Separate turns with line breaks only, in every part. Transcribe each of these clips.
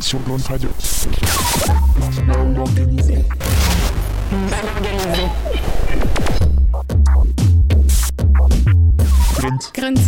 Sur Grande Radio. Grunt.
Grins.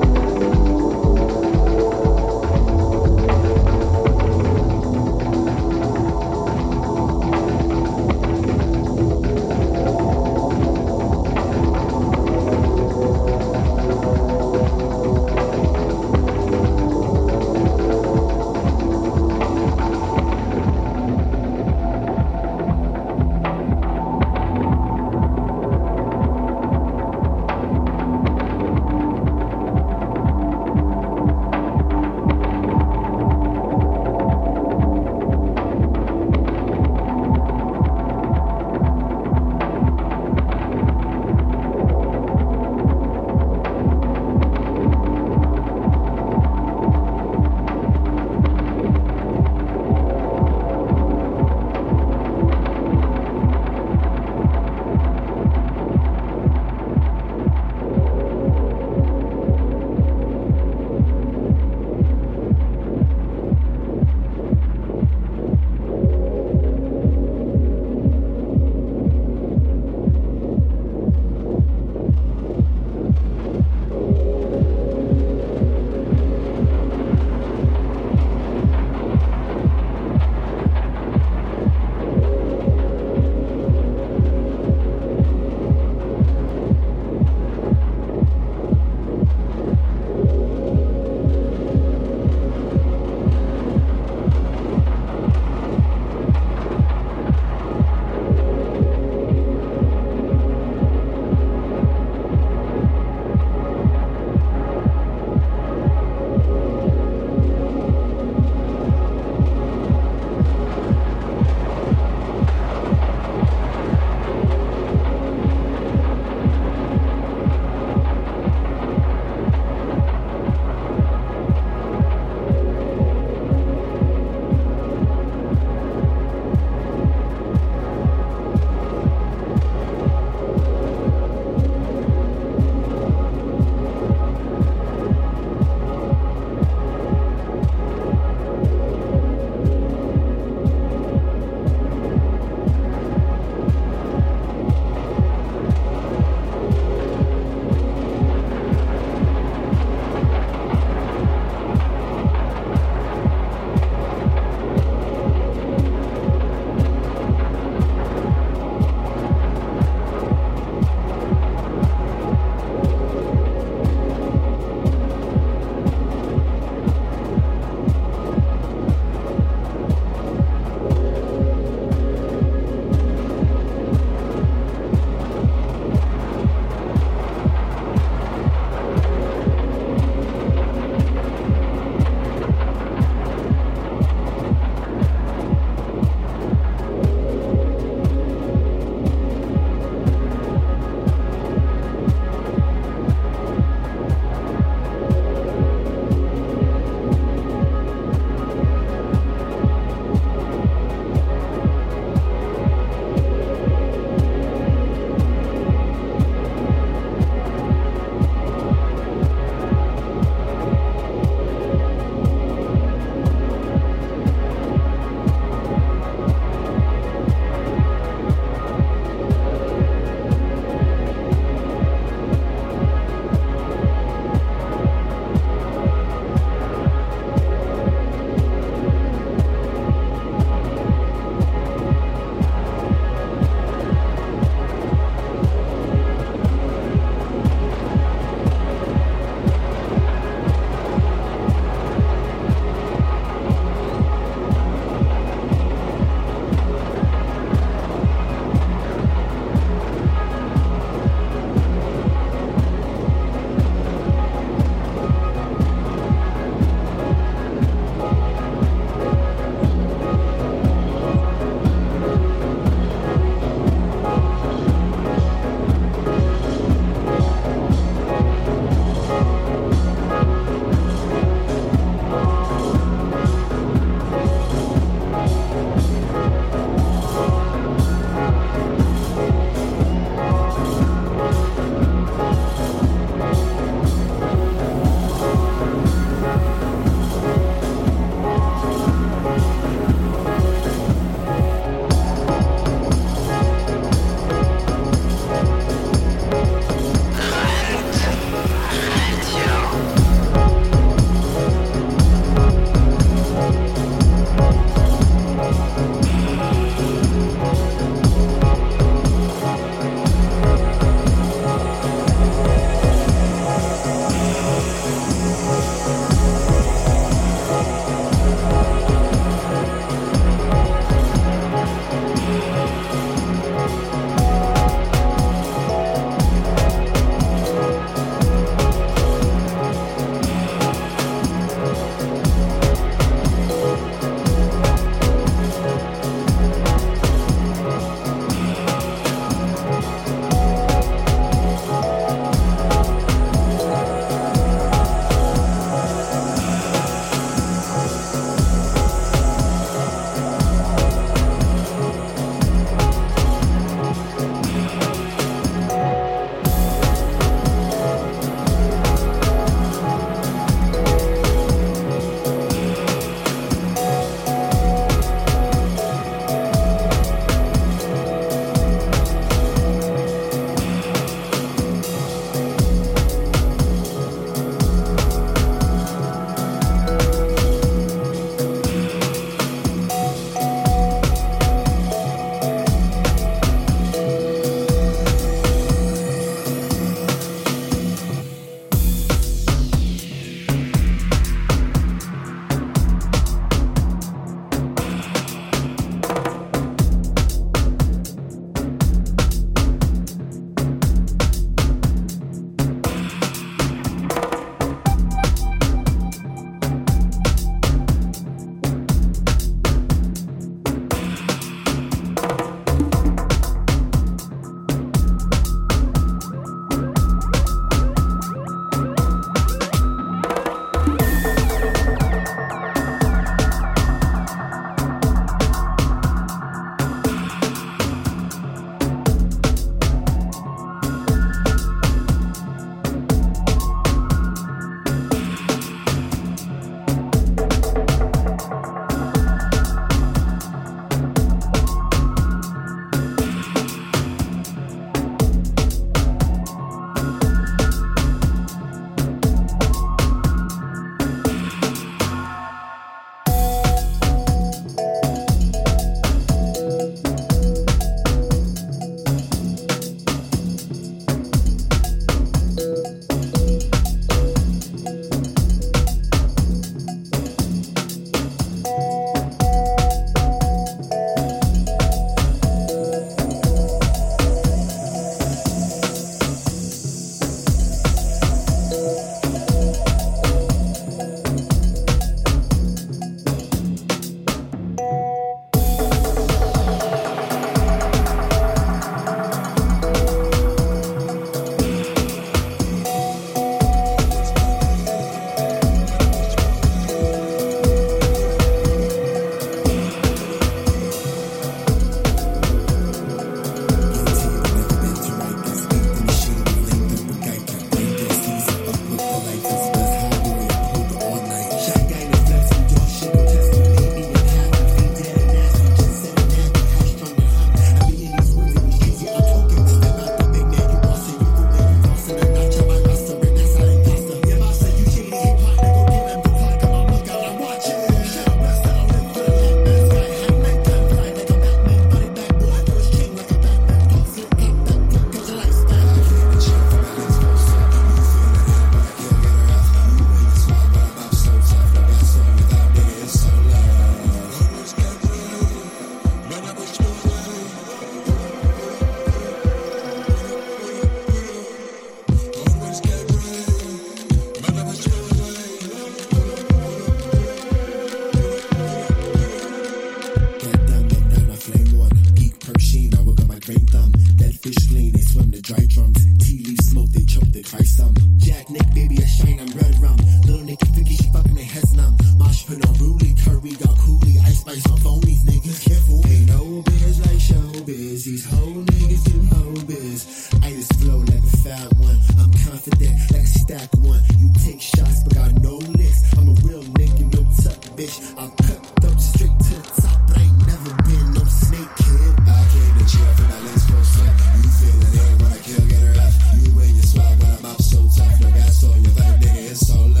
fish lane, they swim the dry drums. Tea leaves smoke, they choke, they try some. Jack Nick, baby, I shine, I'm red rum. Little Nicky Figgy, she fucking her heads numb. Mosh put on Ruly, curry got coolie. Ice spice on phonies, niggas careful. Ain't no biz like showbiz. These whole niggas do whole biz. I just flow like a fat one. I'm confident like a stack one. You take shots, but got no licks. I'm a real nigga, no tuck, bitch. I'm cut up straight to the top, but I ain't never been no snake kid. I came to chill for my legs for a sec. You feel it in when I kill, get her up. You and your swag when I'm up so tough. No gas on your vibe, nigga, it's so love.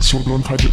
sur Blonde Radio.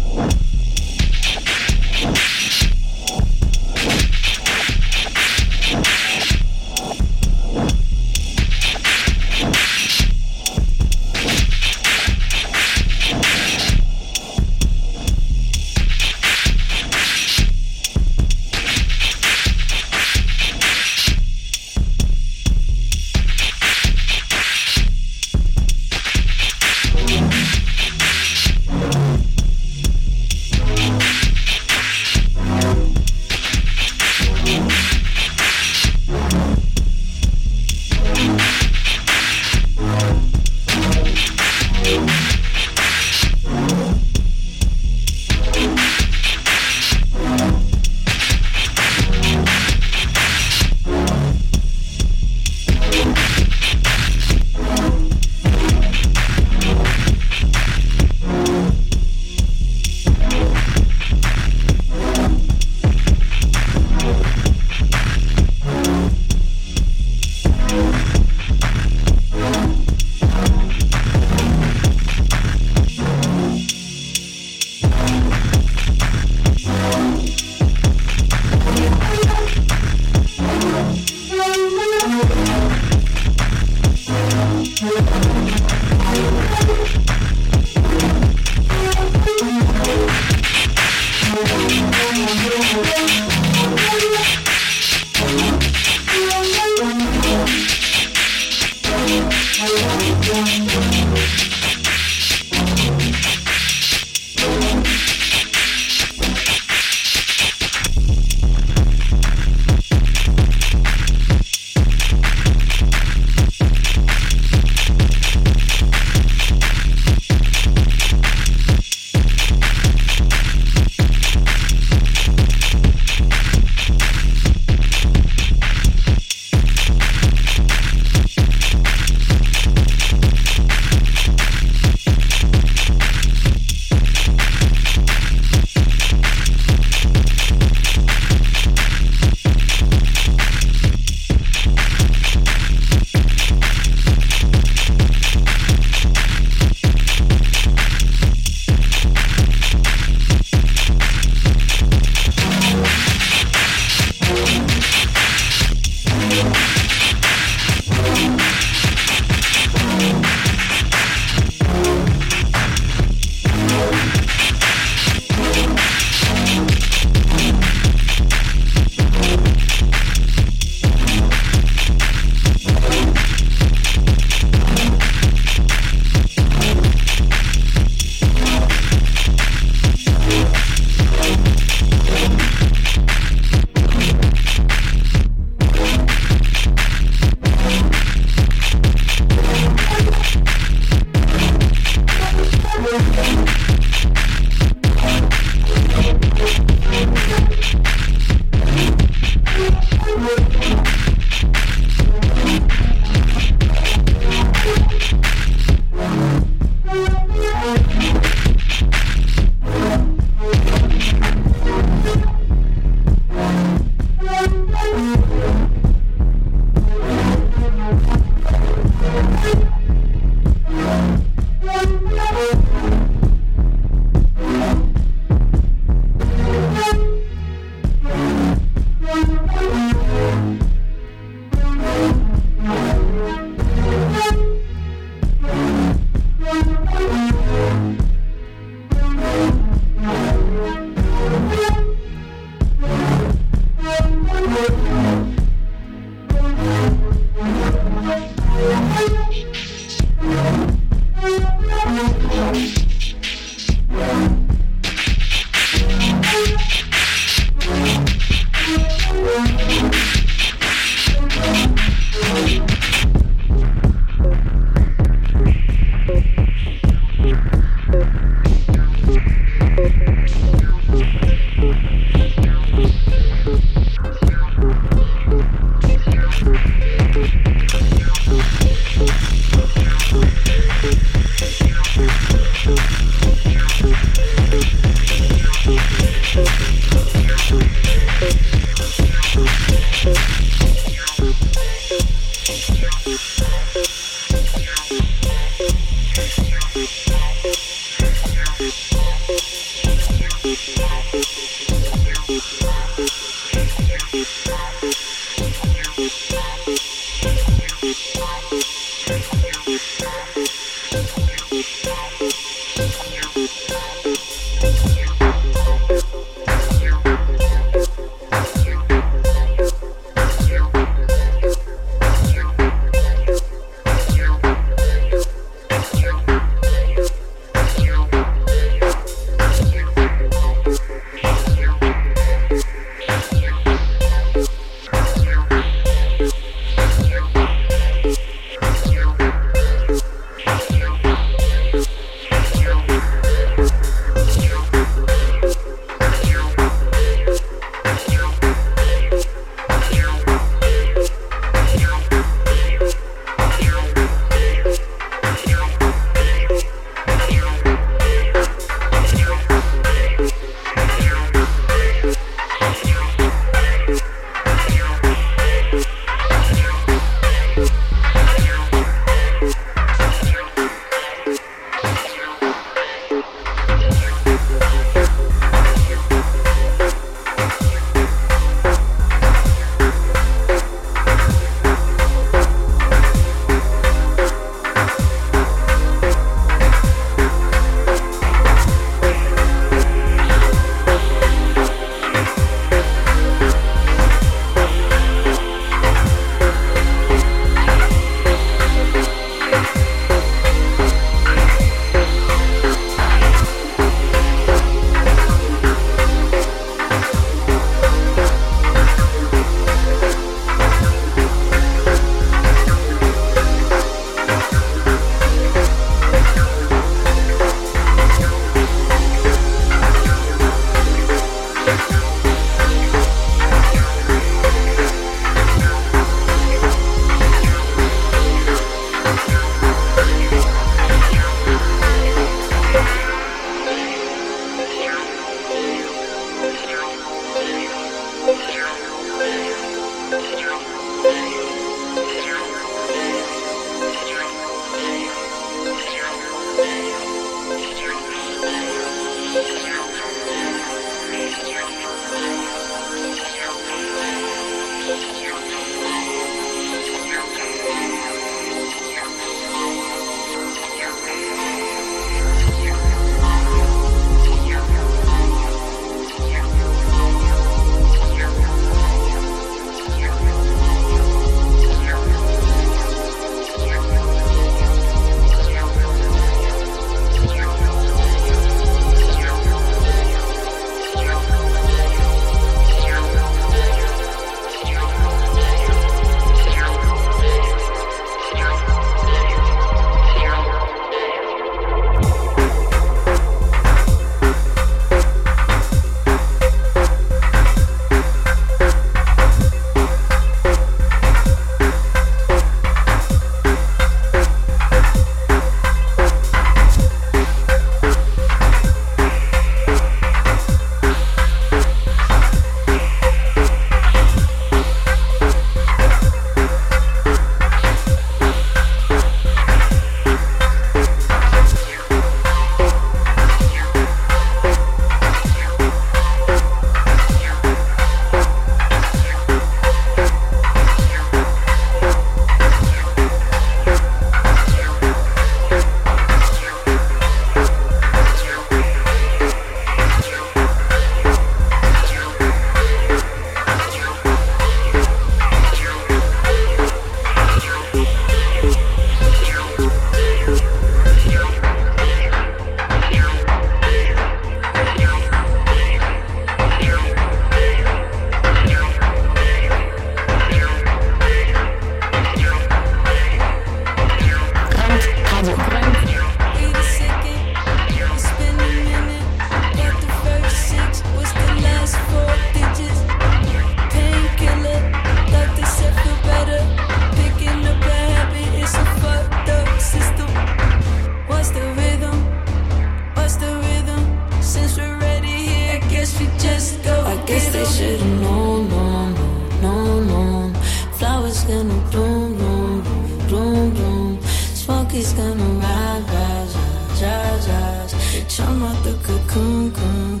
gonna boom, boom, boom, boom. Smokey's gonna rise, rise, rise, rise, rise. Chum out the cocoon, cocoon,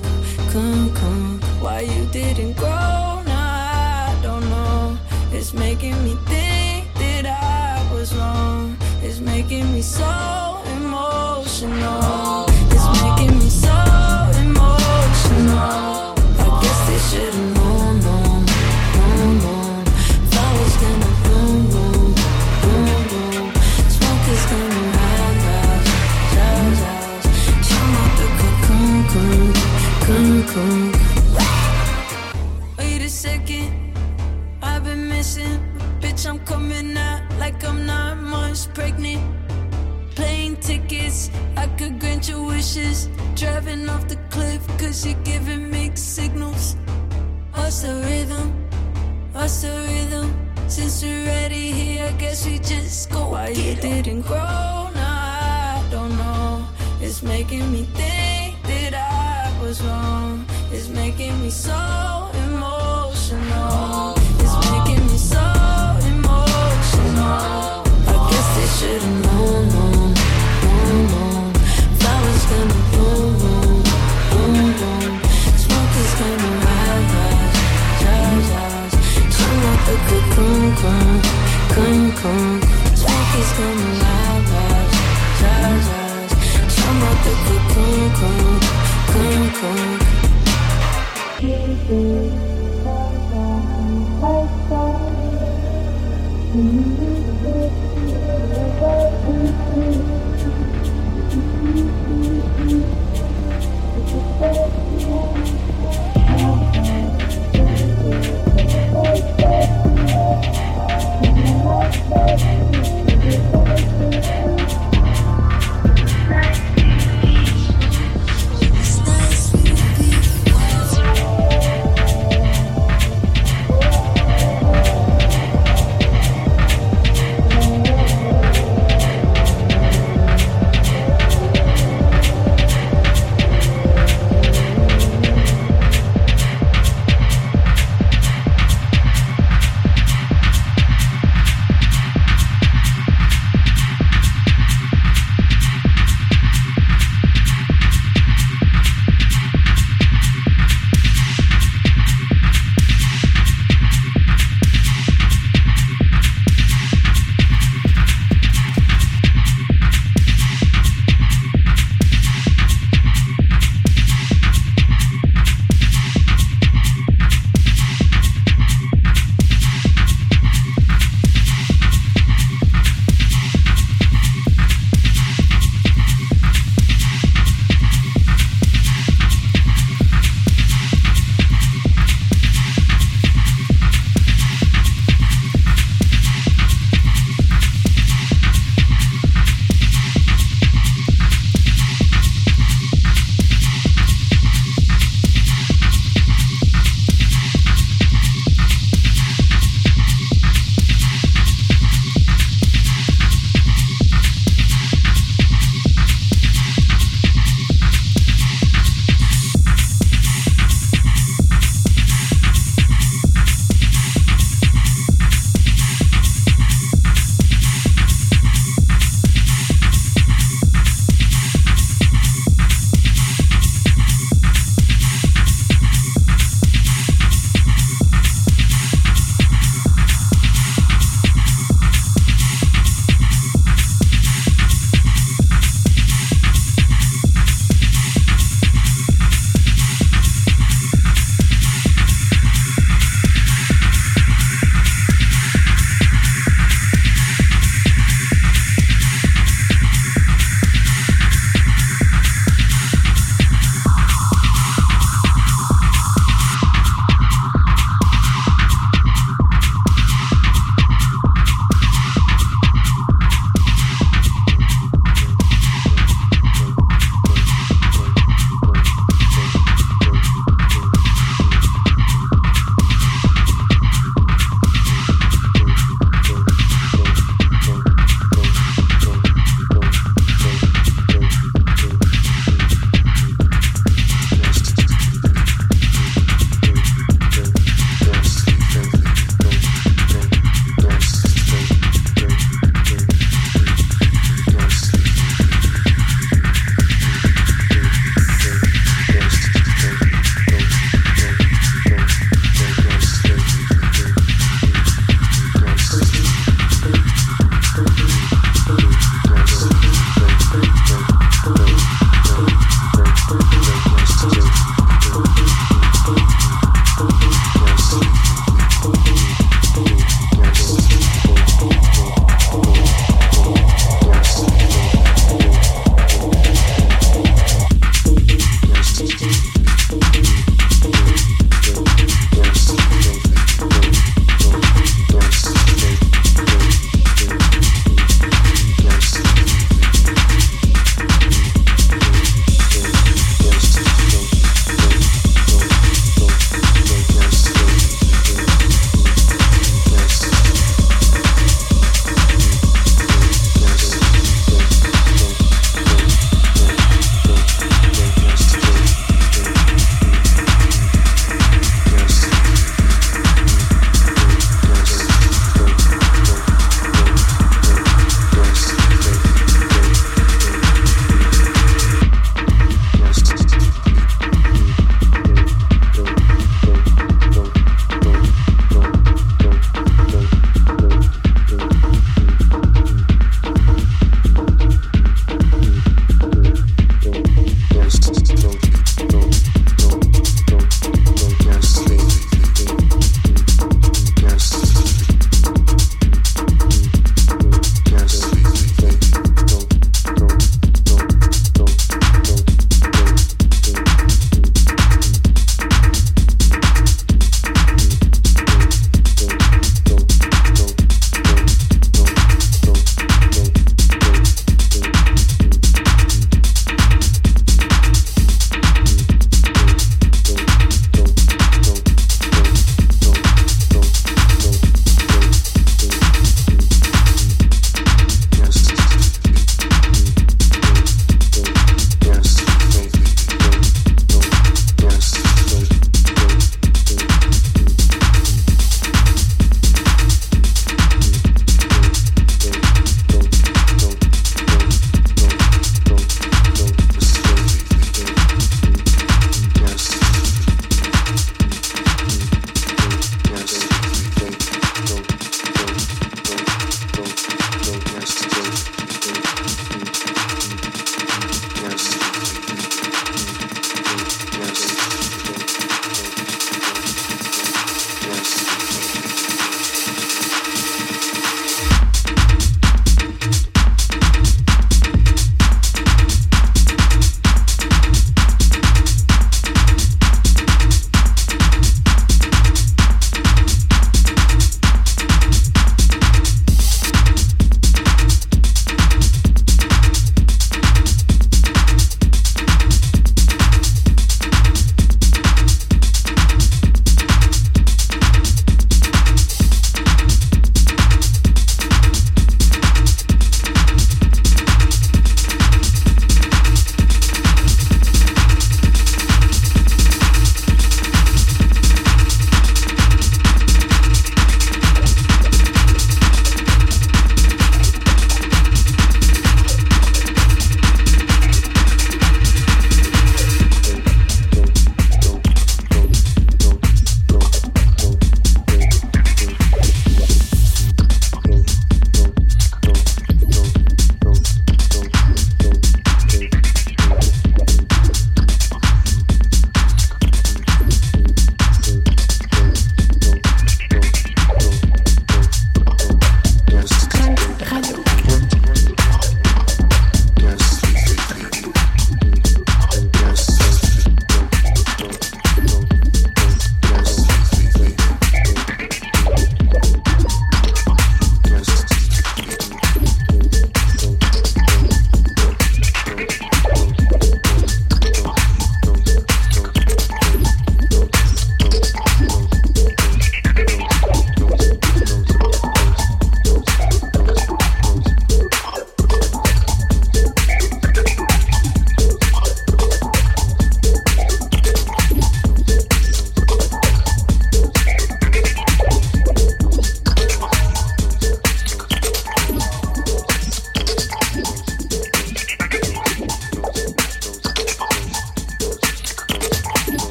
cocoon, cocoon. Why you didn't grow? Now I don't know. It's making me think that I was wrong. It's making me so emotional. It's making me so emotional. I guess they should've known, known, known, known. Flowers gonna bloom, bloom, bloom, bloom. Smoke is gonna rise, rise, rise, rise. Chum out the cocoon, cocoon, cocoon, cocoon. Wait a second. I've been missing. Bitch, I'm coming out like I'm nine months pregnant. Plane tickets, I could grant your wishes. Driving off the cliff, cause you're giving mixed signals. What's the rhythm? What's the rhythm? Since we're ready here, I guess we just go. Why you didn't grow? Nah, I don't know. It's making me think that I was wrong. It's making me so emotional. It's making me so emotional. I guess they should've known, known, known, known. Flowers gonna bloom, bloom, bloom, bloom. Smoke is gonna rise, rise, rise, rise. Turn out the cocoon, cocoon, cocoon, cocoon. Smoke is gonna rise, rise, rise, rise. Turn out the cocoon, cocoon, cocoon, cocoon.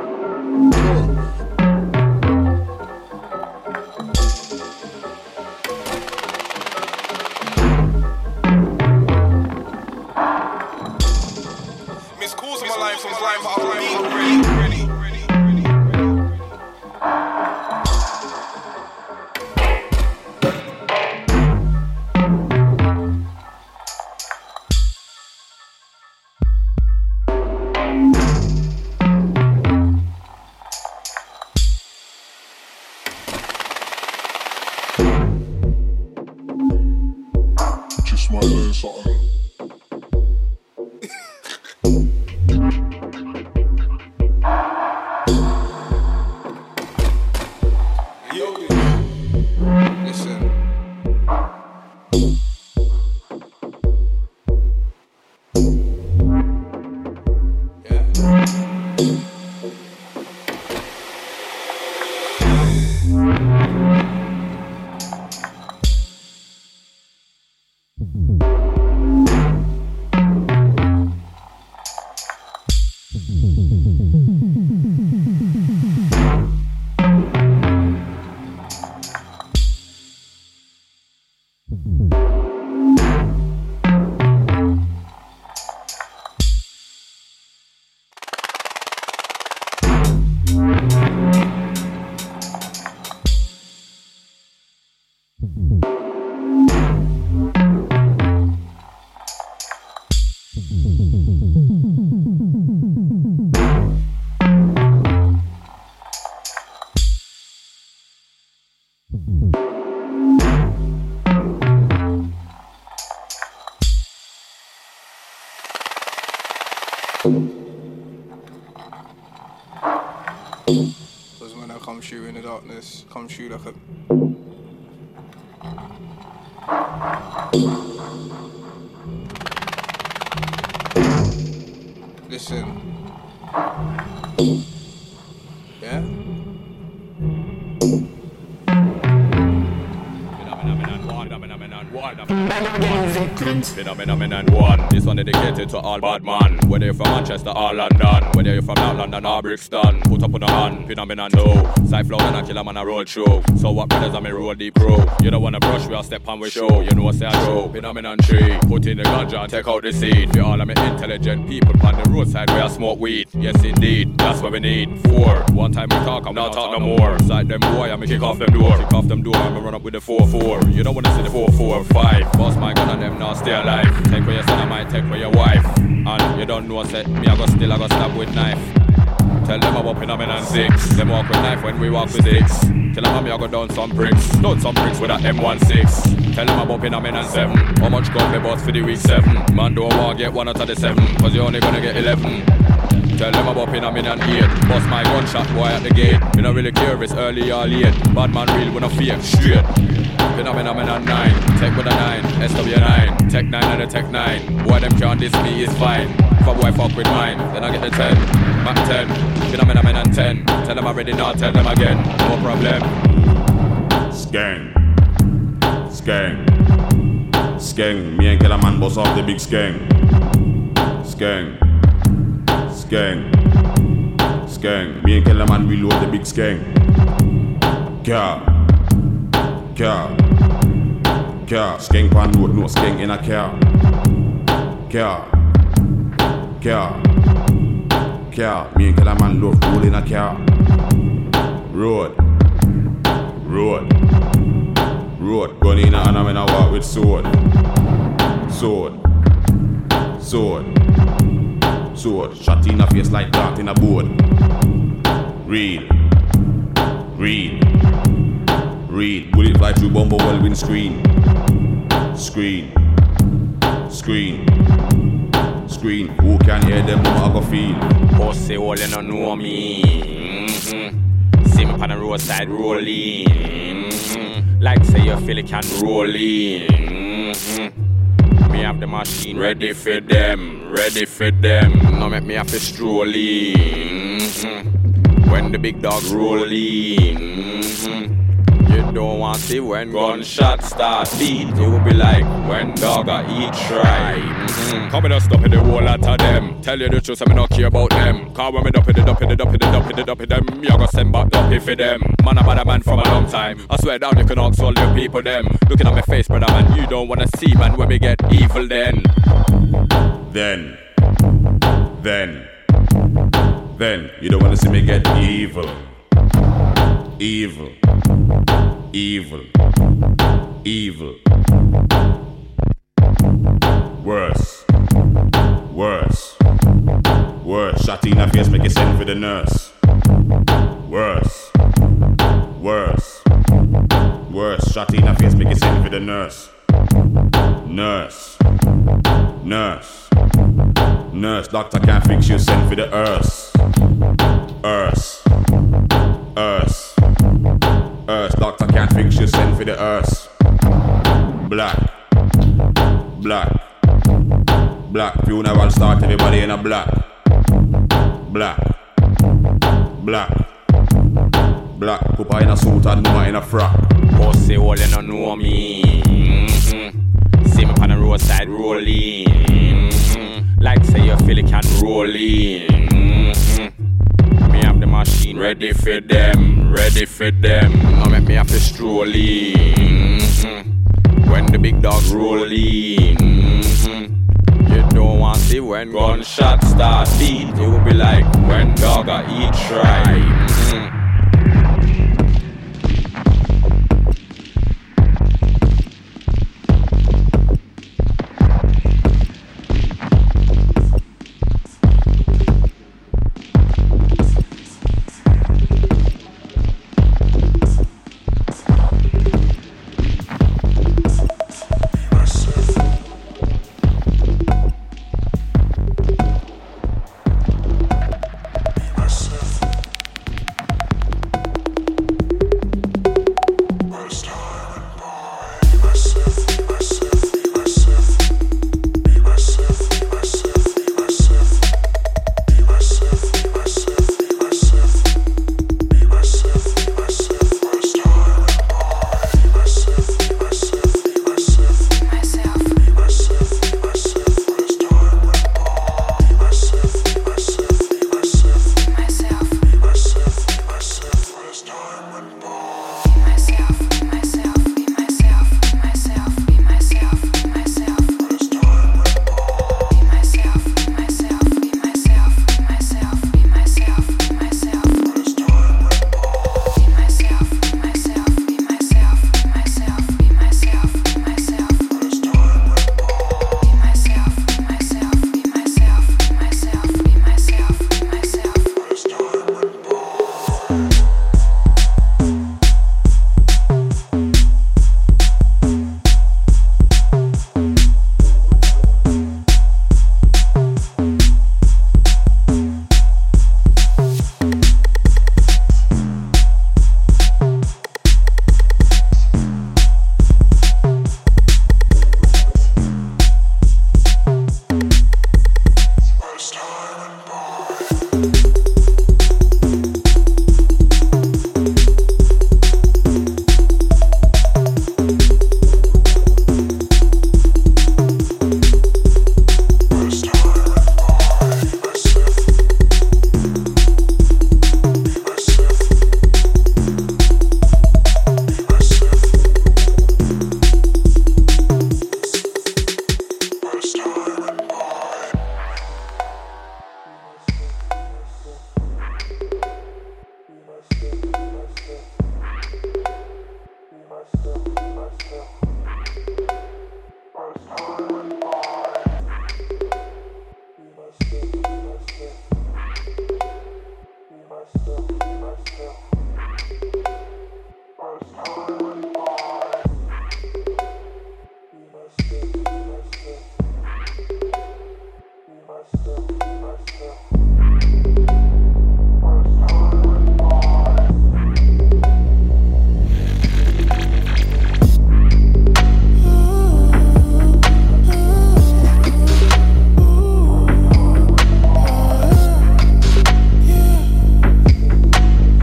Cool.
Miss Cool's in my life, so it's life off the beat. Ready, ready, ready, ready.
Just my learn something.
Yo, listen. Yeah. Because when I come shoot in the darkness, come shoot like a. Listen. Yeah?
Phenomenon one, phenomenon one, phenomenon one. This one dedicated to all bad man. Whether you're from Manchester or London, whether you're from now London or Brixton, put up on the hand. Phenomenon two, Cyclone and a killer man a roll through. So what brothers I me roll deep row? You don't wanna brush, we all step on we show. You know what say I do? Phenomenon three, put in the ganja, take out the seed. We all am intelligent people on the roadside, we all smoke weed. Yes indeed, that's what we need. Four, one time we talk, I'm not talk no more. Side them boy, I'm kick off them door, kick off them door, I'm run up with the four four. You don't wanna see the four four five. Boss my gun and them now stay alive. Take away your son, I might take away your wife. And you don't know say me I go still I go stab with knife. Tell them about phenomenon six. Them walk with knife when we walk with sticks. Tell them me I go down some bricks. Down some bricks with a M16. Tell them about phenomenon seven. How much gun they bought for the week seven? Man don't walk get one out of the seven. Cause you only gonna get eleven. Tell them about pin, I'm in an eight. Bust my gunshot boy at the gate. Me not really care if it's early or late. Bad man real when I fake straight. Pin, I'm in, I'm in a nine. Tech with a nine. SW9. Tech nine and a tech nine. Boy, them can't diss me is fine. If a boy fuck with mine, then I get the ten. Mac ten. Pin, I'm in, I'm in a ten. Tell them I ready now, tell them again. No problem.
Skeng. Skeng. Skeng. Me and Killer Man boss off the big skeng. Skeng. Skeng. Skeng. Me and Killer Man reload the big skeng. Car. Car. Car. Skeng pan road, no skeng in a car. Car. Car. Car. Me and Killer Man love road in a car. Road. Road. Road. Gun in a hand and when I walk with sword. Sword. Sword. Sword. Shot in a face like dart in a board. Real. Real. Real. Bullet fly through bumper wall windscreen. Screen. Screen. Screen. Who can hear them? No, I go feel.
Pussy all you don't know me. Mm-hmm. Simp on the roadside rolling. Mm-hmm. Like say you feel it can roll in. Mm-hmm. Me have the machine ready for them, ready for them. Now make me have to stroll in. Mm-hmm. When the big dog roll in. Mm-hmm. You Don't want see when gunshots start feed. It will be like when dog I eat try. Mm-hmm. Coming up, stopping the whole lot of them. Tell you the truth, I'm not care about them. Cause when me dumping the dumping the dumping the dumping the dumping them, you gonna send back dumping for them. Man, I'm a man from a long time. I swear down, you can ask all your people them. Looking at my face, brother man, you don't wanna see man when we get evil then.
Then, then, then you don't want to see me get evil, evil, evil, evil. Worse, worse, worse. Shot in the face, make it send for the nurse. Worse, worse, worse. Shot in the face, make it send for the nurse. Nurse, nurse. Nurse, doctor can't fix you, send for the earth. Earth. Earth. Earth, doctor can't fix you, send for the earth. Black. Black. Black funeral start everybody in a black. Black. Black. Black pooper in a suit and mama in a frock.
Pussy hole, you don't know me. Mm-hmm. See me on the roadside rolling. Mm-hmm. Like say you feel it can roll in. Mm-hmm. Me have the machine ready for them, ready for them. Now make me have to stroll in. Mm-hmm. When the big dogs roll in. Mm-hmm. You don't want to see when gunshots start beat. It will be like when dog I eat try. Mm-hmm.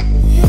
Yeah.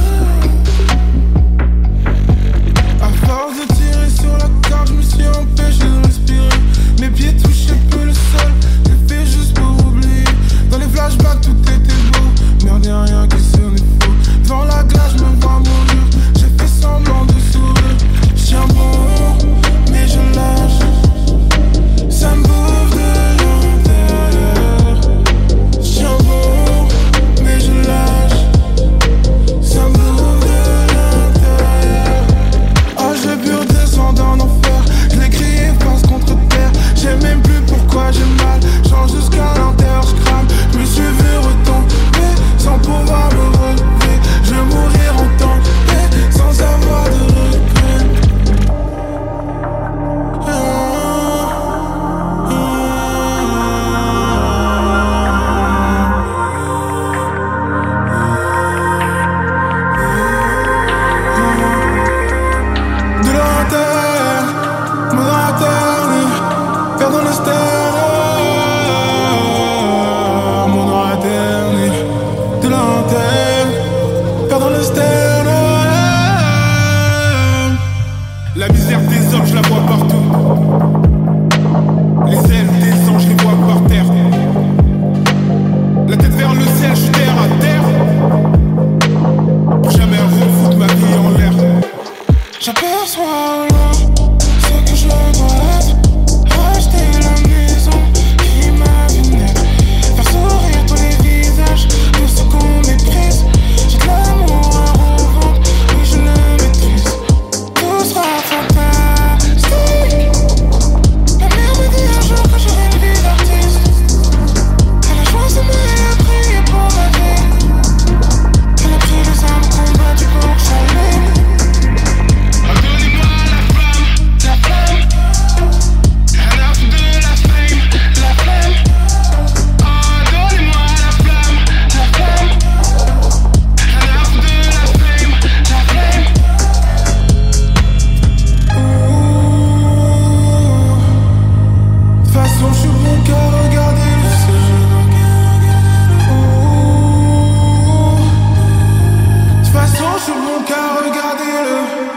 J'aperçois là ce que je dois être. Racheter la maison, imaginer. Faire sourire tous les visages de ceux qu'on méprise. J'ai de l'amour à revendre, oui, je le maîtrise. Tout sera fantastique. La mère me dit un jour que j'aurai une vie d'artiste. Elle a choisi moi et a prié pour ma vie. Elle a pris les armes combattues pour que j'allume. Donnez-moi la flamme, la flamme. Un arbre de la fame, la flamme. Oh, donnez-moi la flamme, la flamme. Un arbre de la fame, la flamme. De façon, je suis bon qu'à regarder le ciel. De façon, je suis bon qu'à regarder le.